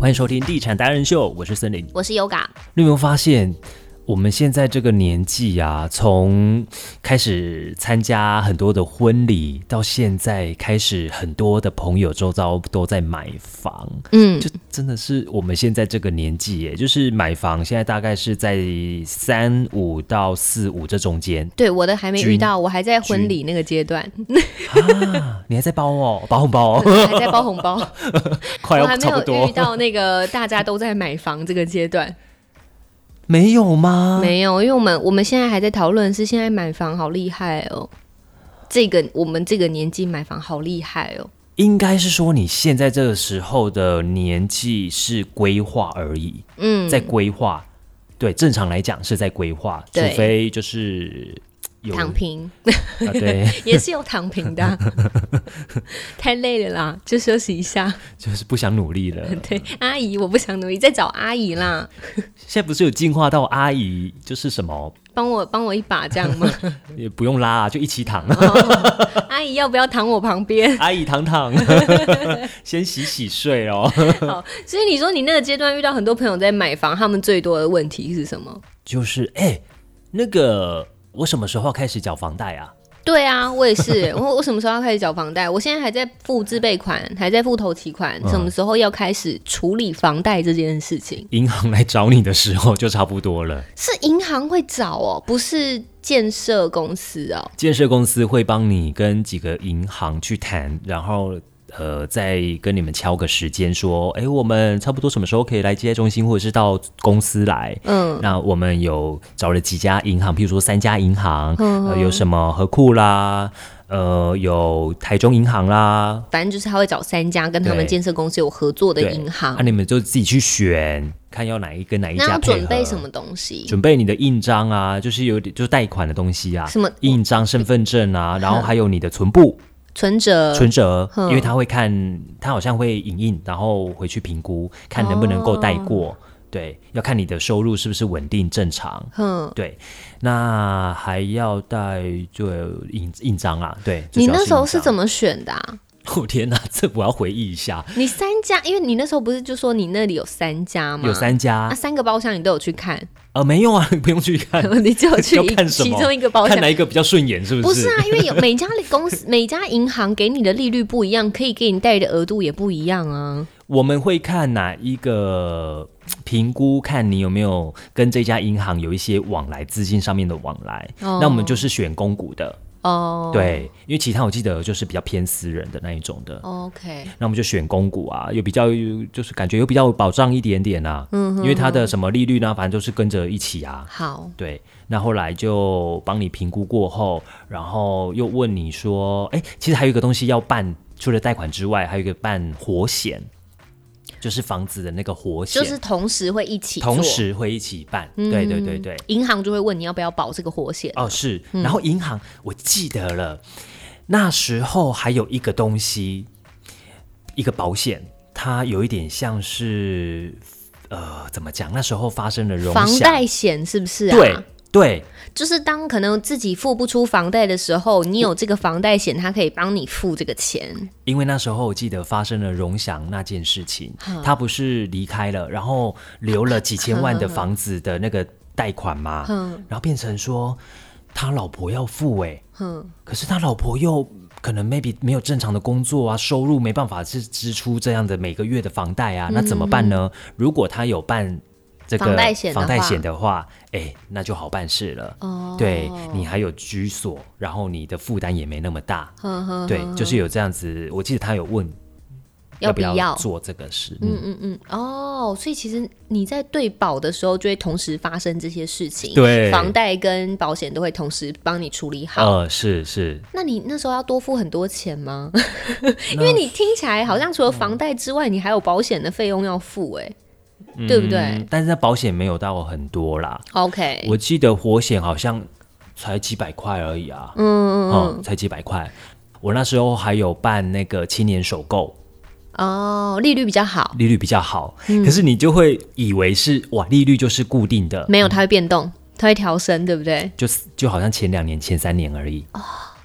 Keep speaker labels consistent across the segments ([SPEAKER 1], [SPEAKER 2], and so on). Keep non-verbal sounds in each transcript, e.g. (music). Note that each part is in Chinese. [SPEAKER 1] 欢迎收听《地产达人秀》，我是森林。
[SPEAKER 2] 我是 Yoga，
[SPEAKER 1] 你有没有发现，我们现在这个年纪啊，从开始参加很多的婚礼，到现在开始很多的朋友周遭都在买房，
[SPEAKER 2] 嗯
[SPEAKER 1] 就真的是我们现在这个年纪耶，就是买房现在大概是在三五到四五这中 (laughs) 间
[SPEAKER 2] 对，我的还没遇到，我还在婚礼那个阶段，
[SPEAKER 1] 啊，你还在包哦，包红包 (laughs) 哦，
[SPEAKER 2] 还在包红包，我
[SPEAKER 1] 快要
[SPEAKER 2] 还没
[SPEAKER 1] 差不
[SPEAKER 2] 有
[SPEAKER 1] 多
[SPEAKER 2] 遇，到那个大家都在买房这个
[SPEAKER 1] (laughs)
[SPEAKER 2] 阶段，
[SPEAKER 1] 没有吗？
[SPEAKER 2] 没有，因为我们我们现在还在讨论是现在买房好厉害哦，这个我们这个年纪买房好厉害哦，
[SPEAKER 1] 应该是说你现在这个时候的年纪是规划而已，
[SPEAKER 2] 嗯，
[SPEAKER 1] 在规划。对，正常来讲是在规划，除
[SPEAKER 2] 对
[SPEAKER 1] 非就是有
[SPEAKER 2] 躺平
[SPEAKER 1] 啊，对， (laughs)
[SPEAKER 2] 也是有躺平的啊、太累了啦，就休息一下。
[SPEAKER 1] 就是不想努力
[SPEAKER 2] (laughs)
[SPEAKER 1] 了。
[SPEAKER 2] 对，阿姨，我不想努力，再找阿姨啦，
[SPEAKER 1] 现在不是有进化到阿姨，就是什么
[SPEAKER 2] 帮我帮我一把
[SPEAKER 1] (laughs)
[SPEAKER 2] 这样吗？
[SPEAKER 1] 也不用拉、啊，就一起躺，
[SPEAKER 2] 哦阿姨要不要躺我旁边？
[SPEAKER 1] (laughs) 阿姨躺躺， (laughs) 先洗洗睡
[SPEAKER 2] (laughs)
[SPEAKER 1] 哦。
[SPEAKER 2] 所以你说你那个阶段遇到很多朋友在买房，他们最多的问题是什么？
[SPEAKER 1] 就是哎、那个我什么时候开始缴房贷啊？
[SPEAKER 2] 对啊，我也是。 (laughs) 我我什么时候要开始缴房贷？我现在还在付自备款，还在付头期款，什么时候要开始处理房贷这件事情？
[SPEAKER 1] 银行来找你的时候就差不多了，
[SPEAKER 2] 是银行会找哦，不是建设公司哦。
[SPEAKER 1] 建设公司会帮你跟几个银行去谈，然后呃，再跟你们敲个时间，说，哎，我们差不多什么时候可以来接待中心，或者是到公司来。
[SPEAKER 2] 嗯，
[SPEAKER 1] 那我们有找了几家银行，譬如说三家银行，呃、有什么和库啦，呃，有台中银行啦，
[SPEAKER 2] 反正就是他会找三家跟他们
[SPEAKER 1] 对
[SPEAKER 2] 建设公司有合作的
[SPEAKER 1] 对
[SPEAKER 2] 银行
[SPEAKER 1] 那、。啊你们就自己去选，看要哪一跟哪一
[SPEAKER 2] 啊那
[SPEAKER 1] 家
[SPEAKER 2] 要
[SPEAKER 1] 配合。
[SPEAKER 2] 准备什么东西？
[SPEAKER 1] 准备你的印章啊，就是有点就是贷款的东西啊，
[SPEAKER 2] 什么嗯
[SPEAKER 1] 印章、身份证啊，然后还有你的存簿。
[SPEAKER 2] 存折？
[SPEAKER 1] 存折，
[SPEAKER 2] 嗯
[SPEAKER 1] 因为他会看，他好像会影印，然后回去评估，看能不能够带过。
[SPEAKER 2] 哦
[SPEAKER 1] 对，要看你的收入是不是稳定正常。
[SPEAKER 2] 哼，
[SPEAKER 1] 对，那还要带就印印章啊。对，
[SPEAKER 2] 你那时候是怎
[SPEAKER 1] 么？
[SPEAKER 2] 么选的、啊？
[SPEAKER 1] 哦天哪，这我要回忆一下，
[SPEAKER 2] 你三家，因为你那时候不是就说你那里有三家吗？
[SPEAKER 1] 有三家
[SPEAKER 2] 啊，，三个包厢你都有去看， (laughs)
[SPEAKER 1] 呃，没有啊， (laughs) 不用去看，
[SPEAKER 2] 你只有
[SPEAKER 1] (laughs)
[SPEAKER 2] 去
[SPEAKER 1] 要
[SPEAKER 2] 一
[SPEAKER 1] 看什
[SPEAKER 2] 其
[SPEAKER 1] 么
[SPEAKER 2] 中一个包
[SPEAKER 1] 看
[SPEAKER 2] 厢
[SPEAKER 1] 哪。一个比较顺眼，是不
[SPEAKER 2] 不
[SPEAKER 1] 是？
[SPEAKER 2] 是啊，因为有每家的公司、每家银行给你的利率不一样，可以给你贷的额度也不一样啊。
[SPEAKER 1] 我们会看哪一个评估，看你有没有跟这家银行有一些往来，资金上面的往来。
[SPEAKER 2] 哦
[SPEAKER 1] 那我们就是选公股的，
[SPEAKER 2] 哦，
[SPEAKER 1] (laughs) 对，因为其他我记得就是比较偏私人的那一种的。
[SPEAKER 2] 哦，OK，
[SPEAKER 1] 那我们就选公股啊，又比较就是感觉又比较有保障一点点啊，嗯，因为它的什么利率呢，反正都是跟着一起啊，
[SPEAKER 2] 好，
[SPEAKER 1] 对。那后来就帮你评估过后，然后又问你说，哎，其实还有一个东西要办，除了贷款之外，还有一个办活险，就是房子的那个活险，
[SPEAKER 2] 就是同时会一起做
[SPEAKER 1] 同，时会一起办，对对对对，
[SPEAKER 2] 银行就会问你要不要保这个活险。
[SPEAKER 1] 哦，是。然
[SPEAKER 2] 嗯
[SPEAKER 1] 后银行，我记得了，那时候还有一个东西，一个保险，它有一点像是，呃，怎么讲？那时候发生了融
[SPEAKER 2] 房
[SPEAKER 1] 响，
[SPEAKER 2] 贷险是不是啊？
[SPEAKER 1] 对对
[SPEAKER 2] 就是当可能自己付不出房贷的时候，你有这个房贷险，它可以帮你付这个钱。
[SPEAKER 1] 因为那时候我记得发生了荣翔那件事情，他不是离开了，然后留了几千万的房子的那个贷款吗？然后变成说他老婆要付哎、
[SPEAKER 2] 哼，
[SPEAKER 1] 可是他老婆又可能 maybe 没有正常的工作啊，收入没办法是支出这样的每个月的房贷啊，那怎么办呢？如果他有办这个
[SPEAKER 2] 嗯房贷险的
[SPEAKER 1] 房贷
[SPEAKER 2] 话
[SPEAKER 1] 险的话，哎，那就好办事了。
[SPEAKER 2] 哦
[SPEAKER 1] 对你还有居所，然后你的负担也没那么大。
[SPEAKER 2] 呵呵，
[SPEAKER 1] 对，就是有这样子。我记得他有问
[SPEAKER 2] 要
[SPEAKER 1] 不
[SPEAKER 2] 不要
[SPEAKER 1] 做这个事，
[SPEAKER 2] 嗯嗯嗯，哦，所以其实你在对保的时候，就会同时发生这些事情，
[SPEAKER 1] 对
[SPEAKER 2] 房贷跟保险都会同时帮你处理好。
[SPEAKER 1] 呃，是是，
[SPEAKER 2] 那你那时候要多付很多
[SPEAKER 1] (laughs)
[SPEAKER 2] 钱吗？因为你听起来好像除了房贷之外，你还有保险的费用要付、欸，哎，对不对
[SPEAKER 1] 嗯，但是那保险没有到很多啦。
[SPEAKER 2] ？OK，
[SPEAKER 1] 我记得火险好像才几百块而已啊，嗯嗯，才几百块。我那时候还有办那个青年首购，
[SPEAKER 2] 哦，利率比较好，
[SPEAKER 1] 利率比较好，
[SPEAKER 2] 嗯
[SPEAKER 1] 可是你就会以为是哇，利率就是固定的，
[SPEAKER 2] 没有它会变动，它会调升，对不对？
[SPEAKER 1] 就是就好像前两年、前三年而已。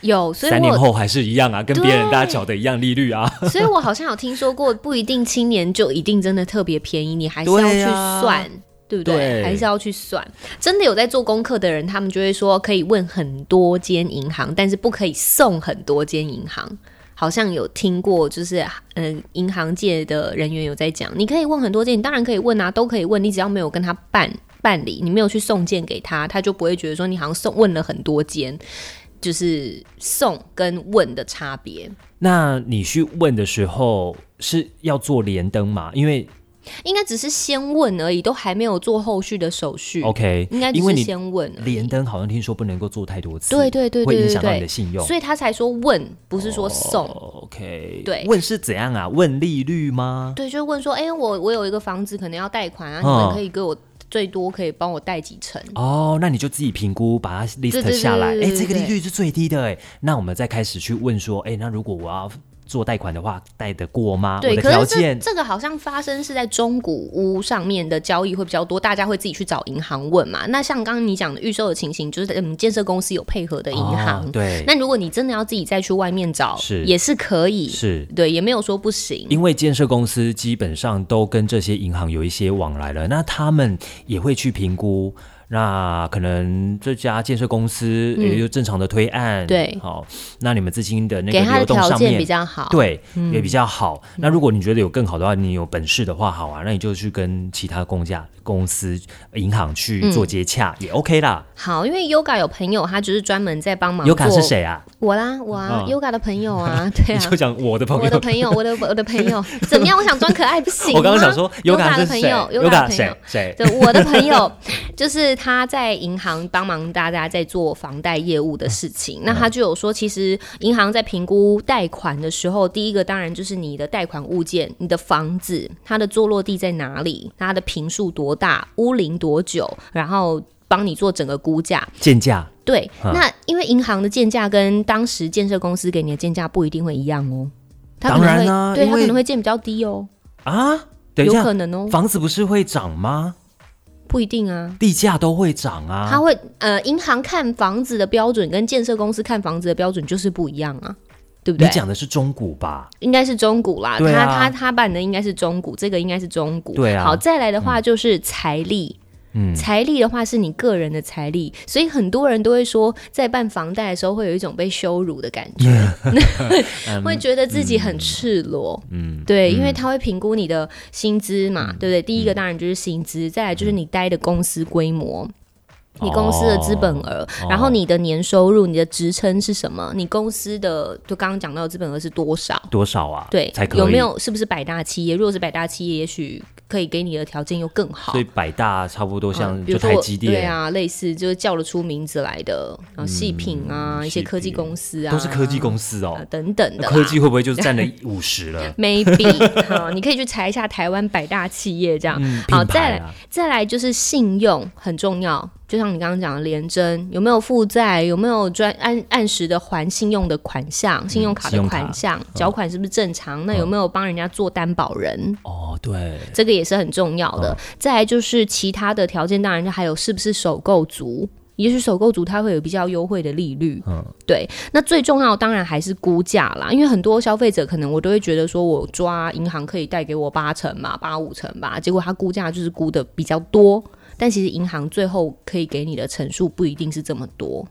[SPEAKER 2] 有，哦所以
[SPEAKER 1] 三年
[SPEAKER 2] 我
[SPEAKER 1] 后还是一样啊，跟别人
[SPEAKER 2] 对
[SPEAKER 1] 大家缴的一样利率啊。 (laughs)
[SPEAKER 2] (laughs) 所以我好像有听说过，不一定青年就一定真的特别便宜，你还是要
[SPEAKER 1] 对
[SPEAKER 2] 去
[SPEAKER 1] 啊
[SPEAKER 2] 算。对不对？
[SPEAKER 1] 对
[SPEAKER 2] 还是要去算。真的有在做功课的人，他们就会说可以问很多间银行，但是不可以送很多间银行。好像有听过，就是嗯、呃银行界的人员有在讲，你可以问很多间，你当然可以问啊，都可以问，你只要没有跟他办办理，你没有去送件给他，他就不会觉得说你好像送问了很多间，就是送跟问的差别。
[SPEAKER 1] 那你去问的时候是要做连登嘛？因为
[SPEAKER 2] 应该只是先问而已，都还没有做后续的手续。
[SPEAKER 1] OK，
[SPEAKER 2] 应该只
[SPEAKER 1] 因为
[SPEAKER 2] 是
[SPEAKER 1] 你
[SPEAKER 2] 先问而已
[SPEAKER 1] 连登好像听说不能够做太多次，
[SPEAKER 2] 对对对
[SPEAKER 1] 会
[SPEAKER 2] 对
[SPEAKER 1] 影
[SPEAKER 2] 对
[SPEAKER 1] 响到你的
[SPEAKER 2] 对，
[SPEAKER 1] 信用。
[SPEAKER 2] 所以他才说问，不是说送。
[SPEAKER 1] 哦 OK，
[SPEAKER 2] 对
[SPEAKER 1] 问是怎样啊？问利率吗？
[SPEAKER 2] 对，就问说，哎、我我有一个房子可能要贷款啊，
[SPEAKER 1] 嗯
[SPEAKER 2] 你们可以给我最多可以帮我贷几成？
[SPEAKER 1] 哦，那你就自己评估，把它
[SPEAKER 2] 对
[SPEAKER 1] list
[SPEAKER 2] 对
[SPEAKER 1] 下来。
[SPEAKER 2] 对
[SPEAKER 1] 哎，
[SPEAKER 2] 对
[SPEAKER 1] 这个利
[SPEAKER 2] 对
[SPEAKER 1] 率是最低的，哎，那我们再开始去问说，哎，那如果我要做贷款的话，贷得过吗？我
[SPEAKER 2] 对，
[SPEAKER 1] 的
[SPEAKER 2] 可
[SPEAKER 1] 条
[SPEAKER 2] 是这
[SPEAKER 1] 件
[SPEAKER 2] 这个好像发生是在中古屋上面的交易会比较多，大家会自己去找银行问嘛。那像刚刚你讲的预售的情形，就是嗯，建设公司有配合的银行。
[SPEAKER 1] 哦对，
[SPEAKER 2] 那如果你真的要自己再去外面找，
[SPEAKER 1] 是
[SPEAKER 2] 也是可以，
[SPEAKER 1] 是。
[SPEAKER 2] 对，也没有说不行。
[SPEAKER 1] 因为建设公司基本上都跟这些银行有一些往来了，那他们也会去评估。那可能这家建设公司也就正常的推案，
[SPEAKER 2] 嗯对
[SPEAKER 1] 好，那你们资金的那个
[SPEAKER 2] 给他
[SPEAKER 1] 流
[SPEAKER 2] 的
[SPEAKER 1] 动
[SPEAKER 2] 条
[SPEAKER 1] 上
[SPEAKER 2] 件
[SPEAKER 1] 面
[SPEAKER 2] 比较好。，嗯
[SPEAKER 1] 对，也比较好。那如果你觉得有更好的话，你有本事的话，好啊，那你就去跟其他公家公司、银行去做接洽，
[SPEAKER 2] 嗯
[SPEAKER 1] 也 OK 啦。
[SPEAKER 2] 好，因为 Yoga 有朋友，他就是专门在帮忙。
[SPEAKER 1] 尤卡是？谁啊？
[SPEAKER 2] 我啦，我啊、
[SPEAKER 1] 嗯
[SPEAKER 2] y o g a 的朋
[SPEAKER 1] (laughs)
[SPEAKER 2] 友啊，对
[SPEAKER 1] 你
[SPEAKER 2] 啊。
[SPEAKER 1] 就讲我的朋
[SPEAKER 2] 我的
[SPEAKER 1] 友。
[SPEAKER 2] 朋友，我的我的朋友怎么样？我想装可爱不行
[SPEAKER 1] (laughs)
[SPEAKER 2] 吗
[SPEAKER 1] 我刚刚想说，尤
[SPEAKER 2] Yoga
[SPEAKER 1] 卡
[SPEAKER 2] 的
[SPEAKER 1] 是
[SPEAKER 2] 朋
[SPEAKER 1] 谁？
[SPEAKER 2] 友，
[SPEAKER 1] 尤
[SPEAKER 2] Yoga 的
[SPEAKER 1] 卡
[SPEAKER 2] 朋
[SPEAKER 1] 谁
[SPEAKER 2] 友，？
[SPEAKER 1] 谁？
[SPEAKER 2] 对，我的朋友就是他在银行帮忙大家在做房贷业务的事情。那他就有说，其实银行在评估贷款的时候，第一个当然就是你的贷款物件、你的房子、它的坐落地在哪里、它的平数多大、屋龄多久，然后帮你做整个估价。
[SPEAKER 1] 建价
[SPEAKER 2] 对，
[SPEAKER 1] 嗯
[SPEAKER 2] 那因为银行的建价跟当时建设公司给你的建价不一定会一样哦。它可能
[SPEAKER 1] 当然
[SPEAKER 2] 会
[SPEAKER 1] 啊
[SPEAKER 2] 对
[SPEAKER 1] 因
[SPEAKER 2] 它
[SPEAKER 1] 为
[SPEAKER 2] 可能会建比较低哦，
[SPEAKER 1] 啊？等一
[SPEAKER 2] 有
[SPEAKER 1] 下
[SPEAKER 2] 可，能哦，
[SPEAKER 1] 房子不是会涨吗？
[SPEAKER 2] 不一定啊。
[SPEAKER 1] 地价都会涨
[SPEAKER 2] 他
[SPEAKER 1] 啊。
[SPEAKER 2] 会呃，银行看房子的标准跟建设公司看房子的标准就是不一样啊，对不
[SPEAKER 1] 你
[SPEAKER 2] 对？
[SPEAKER 1] 讲的是中古吧？
[SPEAKER 2] 应该是中古啦，
[SPEAKER 1] 对啊
[SPEAKER 2] 他他他办的应该是中古，这个应该是中古。
[SPEAKER 1] 对啊
[SPEAKER 2] 好，再来的话就是财力。
[SPEAKER 1] 嗯
[SPEAKER 2] 财力的话是你个人的财力，所以很多人都会说，在办房贷的时候会有一种被羞辱的感觉， (laughs) 会觉得自己很赤裸。
[SPEAKER 1] 嗯，
[SPEAKER 2] 对，因为他会评估你的薪资嘛，对不对？第一个当然就是薪
[SPEAKER 1] 嗯
[SPEAKER 2] 资，再来就是你待的公司规模。你公司的资本额，
[SPEAKER 1] 哦
[SPEAKER 2] 然后你的年收入，你的职称是什么？你公司的就刚刚讲到的资本额是多少？
[SPEAKER 1] 多少啊？
[SPEAKER 2] 对
[SPEAKER 1] 才，可以
[SPEAKER 2] 有没？有是不是百大企业？如果是百大企业，也许可以给你的条件又更好
[SPEAKER 1] 所以。百大差不多像
[SPEAKER 2] 嗯比
[SPEAKER 1] 就
[SPEAKER 2] 如说
[SPEAKER 1] 台
[SPEAKER 2] 我
[SPEAKER 1] 积
[SPEAKER 2] 对
[SPEAKER 1] 电，
[SPEAKER 2] 啊，类似就是叫得出名字来的，然后细品啊，一
[SPEAKER 1] 嗯细
[SPEAKER 2] 些科技
[SPEAKER 1] 品
[SPEAKER 2] 公司啊，啊
[SPEAKER 1] 都是科技公
[SPEAKER 2] 司、
[SPEAKER 1] 司哦。
[SPEAKER 2] 等等的
[SPEAKER 1] 科
[SPEAKER 2] 啦
[SPEAKER 1] 技会不会就是占了五十
[SPEAKER 2] (laughs)
[SPEAKER 1] 了？
[SPEAKER 2] maybe 好，你可以去查一下台湾百大企业这样。
[SPEAKER 1] 嗯，
[SPEAKER 2] 好，
[SPEAKER 1] 品
[SPEAKER 2] 再
[SPEAKER 1] 牌
[SPEAKER 2] 来
[SPEAKER 1] 啊，
[SPEAKER 2] 再来就是信用很重要，就像你刚刚讲的连征有没有负债，有没有专按按时的还信用的款项，信用
[SPEAKER 1] 嗯
[SPEAKER 2] 卡
[SPEAKER 1] 信
[SPEAKER 2] 的
[SPEAKER 1] 用卡嗯
[SPEAKER 2] 款项，缴款是不是正常？那有没有帮人家做担保人？
[SPEAKER 1] 哦，对，
[SPEAKER 2] 这个也是很重要
[SPEAKER 1] 嗯
[SPEAKER 2] 的。再来就是其他的条件，当然就还有是不是首购族。也许首购族它会有比较优惠的利率，
[SPEAKER 1] 嗯
[SPEAKER 2] 对。那最重要的当然还是估价啦，因为很多消费者可能我都会觉得说，我抓银行可以贷给我八成嘛，八五成吧，结果他估价就是估的比较多，但其实银行最后可以给你的成数不一定是这么多，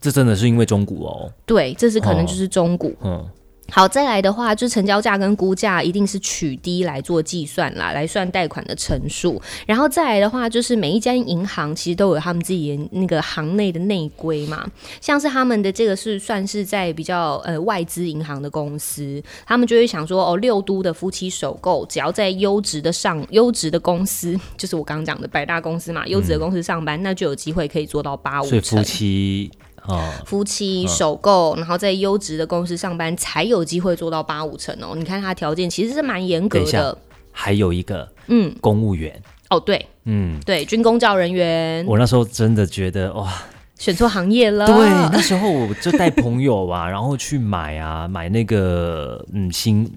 [SPEAKER 1] 这真的是因为中古哦，
[SPEAKER 2] 对，这是可能
[SPEAKER 1] 哦
[SPEAKER 2] 就是中古
[SPEAKER 1] 嗯，
[SPEAKER 2] 好，再来的话，就是成交价跟估价一定是取低来做计算啦，来算贷款的成数。然后再来的话，就是每一间银行其实都有他们自己的那个行内的内规嘛，像是他们的这个是算是在比较呃外资银行的公司，他们就会想说，哦，六都的夫妻首购，只要在优质的上优质的公司，就是我刚刚讲的百大公司嘛，优质的公司上班，那就有机会可以做到八啊五
[SPEAKER 1] 所以
[SPEAKER 2] 成
[SPEAKER 1] 夫。妻啊，
[SPEAKER 2] 夫妻首购，然后在优质的公司上班，才有机会做到八五成哦。你看他条件其实是蛮严格
[SPEAKER 1] 等一下
[SPEAKER 2] 的。
[SPEAKER 1] 还有一个
[SPEAKER 2] 嗯，
[SPEAKER 1] 公务员，
[SPEAKER 2] 哦，对
[SPEAKER 1] 嗯，
[SPEAKER 2] 对，军工教人员
[SPEAKER 1] 我那时候真的觉得哇，
[SPEAKER 2] 选错行业了。
[SPEAKER 1] 对，那时候我就带朋友啊， (laughs) 然后去买啊，买那个嗯新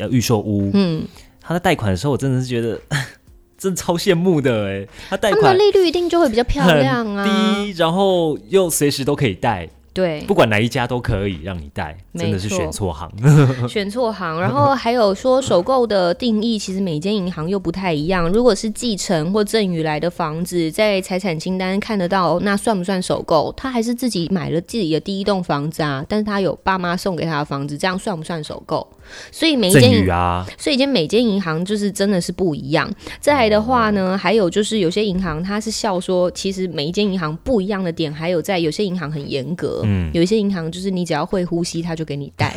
[SPEAKER 1] 呃预售屋，
[SPEAKER 2] 嗯，
[SPEAKER 1] 他在贷款的时候，我真的是觉得 (laughs) 真的超羡慕的哎，他贷
[SPEAKER 2] 他们的
[SPEAKER 1] 款
[SPEAKER 2] 利率一定就会比较漂
[SPEAKER 1] 很
[SPEAKER 2] 亮啊。
[SPEAKER 1] 低，然后又随时都可以贷，
[SPEAKER 2] 对
[SPEAKER 1] 不，管哪一家都可以让你贷，
[SPEAKER 2] 没
[SPEAKER 1] 真的是
[SPEAKER 2] 错
[SPEAKER 1] 选错行。
[SPEAKER 2] 选错行，然后还有说首购的定义，其实每间银行又不太一样。如果是继承或赠与来的房子，在财产清单看得到，那算不算首购？他还是自己买了自己的第一栋房子啊，但是他有爸妈送给他的房子，这样算不算首购？所以每一
[SPEAKER 1] 赠
[SPEAKER 2] 间
[SPEAKER 1] 与
[SPEAKER 2] 银，
[SPEAKER 1] 啊，
[SPEAKER 2] 所以间每间银行就是真的是不一样。再来的话呢，还有就是有些银行它是笑说，其实每一间银行不一样的点，还有在有些银行很严格，
[SPEAKER 1] 嗯
[SPEAKER 2] 有一些银行就是你只要会呼吸，他就给你贷。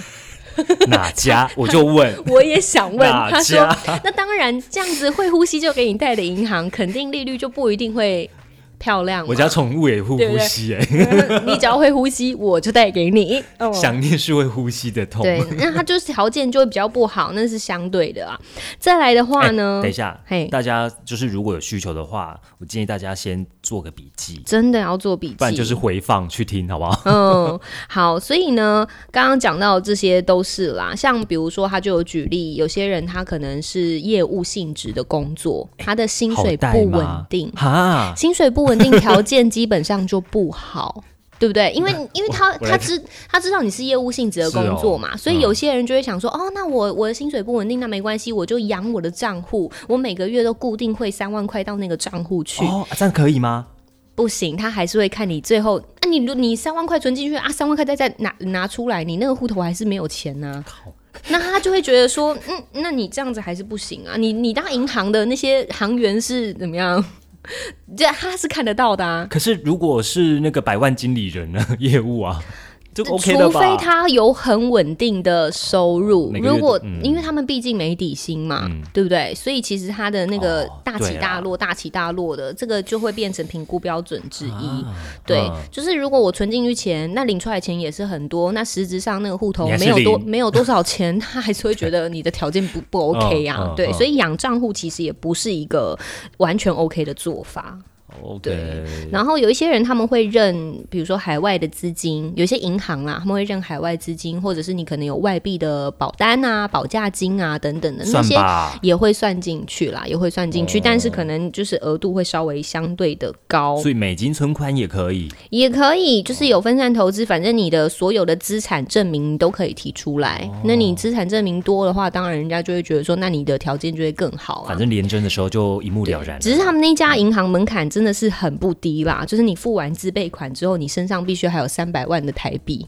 [SPEAKER 1] 哪家我就问
[SPEAKER 2] 我也想问，
[SPEAKER 1] 哪
[SPEAKER 2] 他说
[SPEAKER 1] 家，
[SPEAKER 2] 那当然，这样子会呼吸就给你贷的银行，肯定利率就不一定会漂亮嘛。
[SPEAKER 1] (laughs) 我家宠物也会
[SPEAKER 2] 对不
[SPEAKER 1] 呼
[SPEAKER 2] 对
[SPEAKER 1] 吸、欸，
[SPEAKER 2] 你只要会呼吸，我就贷
[SPEAKER 1] (laughs)
[SPEAKER 2] 给你。哦
[SPEAKER 1] 哎想念是会呼吸的痛。
[SPEAKER 2] 对，那它就是条件就会比较不好，那是相对的啊。再来的话
[SPEAKER 1] 哎
[SPEAKER 2] 呢，
[SPEAKER 1] 等一下，
[SPEAKER 2] 嘿，
[SPEAKER 1] 大家就是如果有需求的话，我建议大家先做个笔记，
[SPEAKER 2] 真的要做笔记，
[SPEAKER 1] 不然就是回放去听，好不好？ (laughs)
[SPEAKER 2] 嗯，好，所以呢，刚刚讲到这些都是啦，像比如说，他就有举例，有些人他可能是业务性质的工作，他的薪
[SPEAKER 1] 哎好
[SPEAKER 2] 水
[SPEAKER 1] 贷
[SPEAKER 2] 不稳
[SPEAKER 1] 吗
[SPEAKER 2] 定，
[SPEAKER 1] 哈，
[SPEAKER 2] 薪水不稳定，条件基本上就不好。对不对？因为因为他
[SPEAKER 1] 我
[SPEAKER 2] 他知他知道你是业务性质的工作嘛，
[SPEAKER 1] 嗯
[SPEAKER 2] 所以有些人就会想说，哦，那我我的薪水不稳定，那没关系，我就养我的账户，我每个月都固定汇三万块到那个账户去。
[SPEAKER 1] 哦，这样可以吗？不
[SPEAKER 2] 不行，他还是会看你最后，啊，你如你三万块存进去啊，三万块再再拿拿出来，你那个户头还是没有钱呐、那他就会觉得说，嗯，那你这样子还是不行啊，你你当银行的那些行员是怎么样？ (laughs) 这他是看得到的啊。
[SPEAKER 1] 可是如果是那个百万经理人呢，业务
[SPEAKER 2] (laughs)
[SPEAKER 1] 啊，就 OK 的
[SPEAKER 2] 除
[SPEAKER 1] 吧？
[SPEAKER 2] 非他有很稳定的收入，
[SPEAKER 1] 每个月
[SPEAKER 2] 如果、
[SPEAKER 1] 嗯
[SPEAKER 2] 因为他们毕竟没底薪嘛，对不对？所以其实他的那个
[SPEAKER 1] 哦
[SPEAKER 2] 大起大落、大起大落的，这个就会变成评估标准之一。对，
[SPEAKER 1] 嗯
[SPEAKER 2] 就是如果我存进去钱，那领出来钱也是很多，那实质上那个户头
[SPEAKER 1] 你还是
[SPEAKER 2] 没有多
[SPEAKER 1] 零
[SPEAKER 2] 没有多少钱， (laughs) 他还是会觉得你的条件不
[SPEAKER 1] (laughs)
[SPEAKER 2] 不 OK 啊。
[SPEAKER 1] 嗯嗯
[SPEAKER 2] 对，
[SPEAKER 1] 嗯
[SPEAKER 2] 所以养账户其实也不是一个完全 OK 的做法。
[SPEAKER 1] OK，
[SPEAKER 2] 对然后有一些人他们会认，比如说海外的资金，有一些银行啦，他们会认海外资金，或者是你可能有外币的保单啊、保价金啊等等的那
[SPEAKER 1] 算
[SPEAKER 2] 些。
[SPEAKER 1] 吧。
[SPEAKER 2] 也会算进去啦，也会算进去，
[SPEAKER 1] 哦
[SPEAKER 2] 但是可能就是额度会稍微相对的高，
[SPEAKER 1] 所以美金存款也可以，
[SPEAKER 2] 也可以就是有分散投资，反正你的所有的资产证明你都可以提出来。
[SPEAKER 1] 哦
[SPEAKER 2] 那你资产证明多的话，当然人家就会觉得说，那你的条件就会更好啊。
[SPEAKER 1] 反正连征的时候就一目了然了。
[SPEAKER 2] 只是他们那家银行门槛真的是很不低啦，就是你付完自备款之后，你身上必须还有三百万的台币，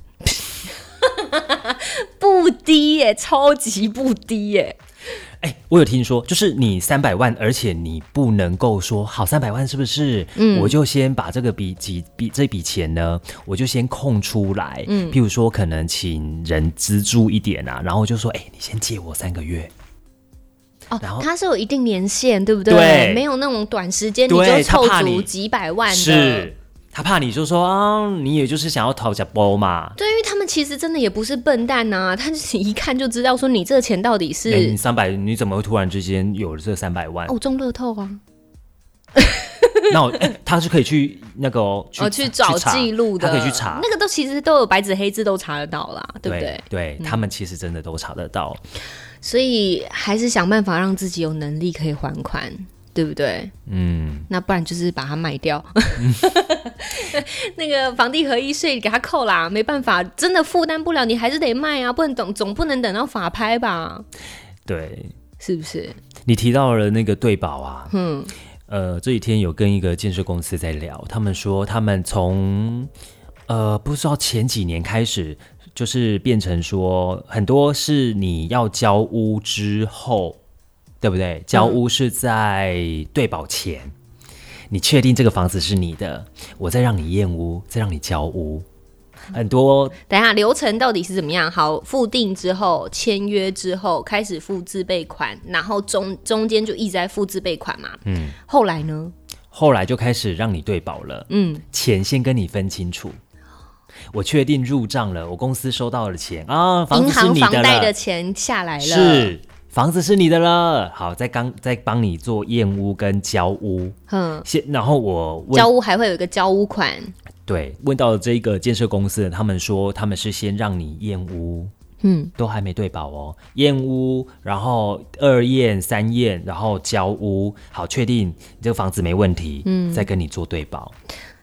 [SPEAKER 2] (laughs) 不低耶、超级不低耶、
[SPEAKER 1] 哎、我有听说，就是你三百万，而且你不能够说好三百万是不是？嗯，我就先把这个笔几笔这笔钱呢，我就先空出来。嗯，譬如说可能请人资助一点啊，然后就说，哎、你先借我三个月。
[SPEAKER 2] 哦
[SPEAKER 1] 然后，
[SPEAKER 2] 它是有一定年限，对不对？
[SPEAKER 1] 对
[SPEAKER 2] 没有那种短时间你
[SPEAKER 1] 对
[SPEAKER 2] 就凑
[SPEAKER 1] 他怕
[SPEAKER 2] 足
[SPEAKER 1] 你
[SPEAKER 2] 几百万的。
[SPEAKER 1] 是他怕你就说啊，你也就是想要讨价包嘛，
[SPEAKER 2] 对，因为他们其实真的也不是笨蛋呐、他就是 (laughs) 一看就知道说你这钱到底
[SPEAKER 1] 哎你
[SPEAKER 2] 是
[SPEAKER 1] 三百，你怎么会突然之间有了这三百万？
[SPEAKER 2] 哦中乐透啊，
[SPEAKER 1] 那我、哎他是可以去那个哦，
[SPEAKER 2] 哦去找
[SPEAKER 1] 查
[SPEAKER 2] 记录的，
[SPEAKER 1] 他可以去查。
[SPEAKER 2] 那个都其实都有白纸黑字都查得到啦，对不对嗯
[SPEAKER 1] 对？他们其实真的都查得到。
[SPEAKER 2] 所以还是想办法让自己有能力可以还款，对不对？
[SPEAKER 1] 嗯，
[SPEAKER 2] 那不然就是把它卖掉， (laughs) 那个房地合一税给它扣啦，没办法，真的负担不了，你还是得卖啊，不能等，总不能等到法拍吧？
[SPEAKER 1] 对
[SPEAKER 2] 是不是？
[SPEAKER 1] 你提到了那个对保啊，嗯，呃，这几天有跟一个建设公司在聊，他们说他们从呃不知道前几年开始，就是变成说很多是你要交屋之后，对不对？交屋是在对保前。你确定这个房子是你的，我再让你验屋，再让你交屋，很多
[SPEAKER 2] 等一下流程到底是怎么样？好，付定之后，签约之后，开始付自备款，然后中中间就一直在付自备款嘛。嗯，后来呢？
[SPEAKER 1] 后来就开始让你对保了，
[SPEAKER 2] 嗯，
[SPEAKER 1] 钱先跟你分清楚。我确定入账了，我公司收到了钱啊，房子
[SPEAKER 2] 银
[SPEAKER 1] 是
[SPEAKER 2] 行
[SPEAKER 1] 你
[SPEAKER 2] 房
[SPEAKER 1] 的
[SPEAKER 2] 贷的
[SPEAKER 1] 了，
[SPEAKER 2] 钱下来了，
[SPEAKER 1] 是房子是你的了。好，再刚再帮你做验屋跟交屋，
[SPEAKER 2] 嗯，
[SPEAKER 1] 先然后我问
[SPEAKER 2] 交屋还会有一个交屋款，
[SPEAKER 1] 对问到这个建设公司，他们说他们是先让你验屋，
[SPEAKER 2] 嗯，
[SPEAKER 1] 都还没对保哦，验屋，然后二验三验，然后交屋，好确定你这个房子没问题，嗯，再跟你做对保。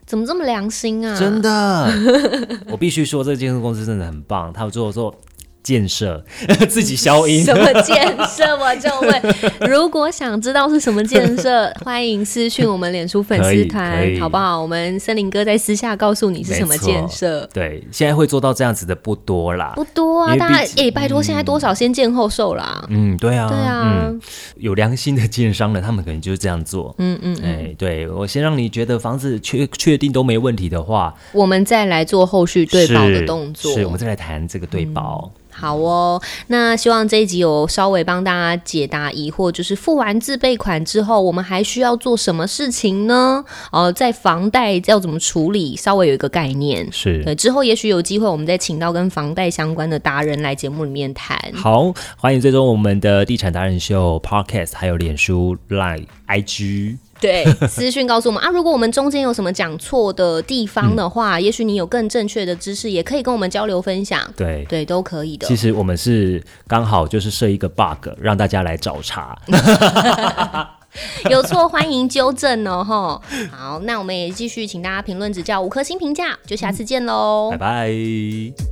[SPEAKER 2] 怎么这么良心啊？
[SPEAKER 1] 真的，
[SPEAKER 2] (laughs)
[SPEAKER 1] 我必须说，这个健身公司真的很棒，他有做做建设， (laughs) 自己消音。
[SPEAKER 2] 什么建设？我就问，如果想知道是什么
[SPEAKER 1] (laughs)
[SPEAKER 2] 建设，欢迎私讯我们脸书粉丝
[SPEAKER 1] 可以可
[SPEAKER 2] 团，
[SPEAKER 1] 以
[SPEAKER 2] 好不好？我们森林哥在私下告诉你是什么建设。
[SPEAKER 1] 对，现在会做到这样子的不多啦。
[SPEAKER 2] 不多啊，
[SPEAKER 1] 因为
[SPEAKER 2] 大家
[SPEAKER 1] 毕
[SPEAKER 2] 诶、拜托，现在多少先见后售啦？
[SPEAKER 1] 嗯，对啊，
[SPEAKER 2] 对啊，
[SPEAKER 1] 嗯，有良心的建商呢，他们可能就是这样做。
[SPEAKER 2] 嗯嗯，
[SPEAKER 1] 哎、对我先让你觉得房子确确定都没问题的话，
[SPEAKER 2] 我们再来做后续对保的动作。
[SPEAKER 1] 是，是我们再来谈这个对保。
[SPEAKER 2] 好哦，那希望这一集有稍微帮大家解答疑惑，就是付完自备款之后，我们还需要做什么事情呢？呃，在房贷要怎么处理，稍微有一个概念。
[SPEAKER 1] 是
[SPEAKER 2] 对，之后也许有机会，我们再请到跟房贷相关的达人来节目里面谈。
[SPEAKER 1] 好，欢迎追踪我们的地产达人秀 Podcast，还有脸书、Line、IG。
[SPEAKER 2] 对，私讯告诉我们啊，如果我们中间有什么讲错的地方的话，也许你有更正确的知识，也可以跟我们交流分享。
[SPEAKER 1] 对，
[SPEAKER 2] 对，都可以的
[SPEAKER 1] 其。实我们是刚好就是设一个 bug，让大家来找茬。
[SPEAKER 2] 有错欢迎纠正哦，吼。好，那我们也继续请大家评论指教，五颗星评价，就下次见喽，
[SPEAKER 1] 拜拜。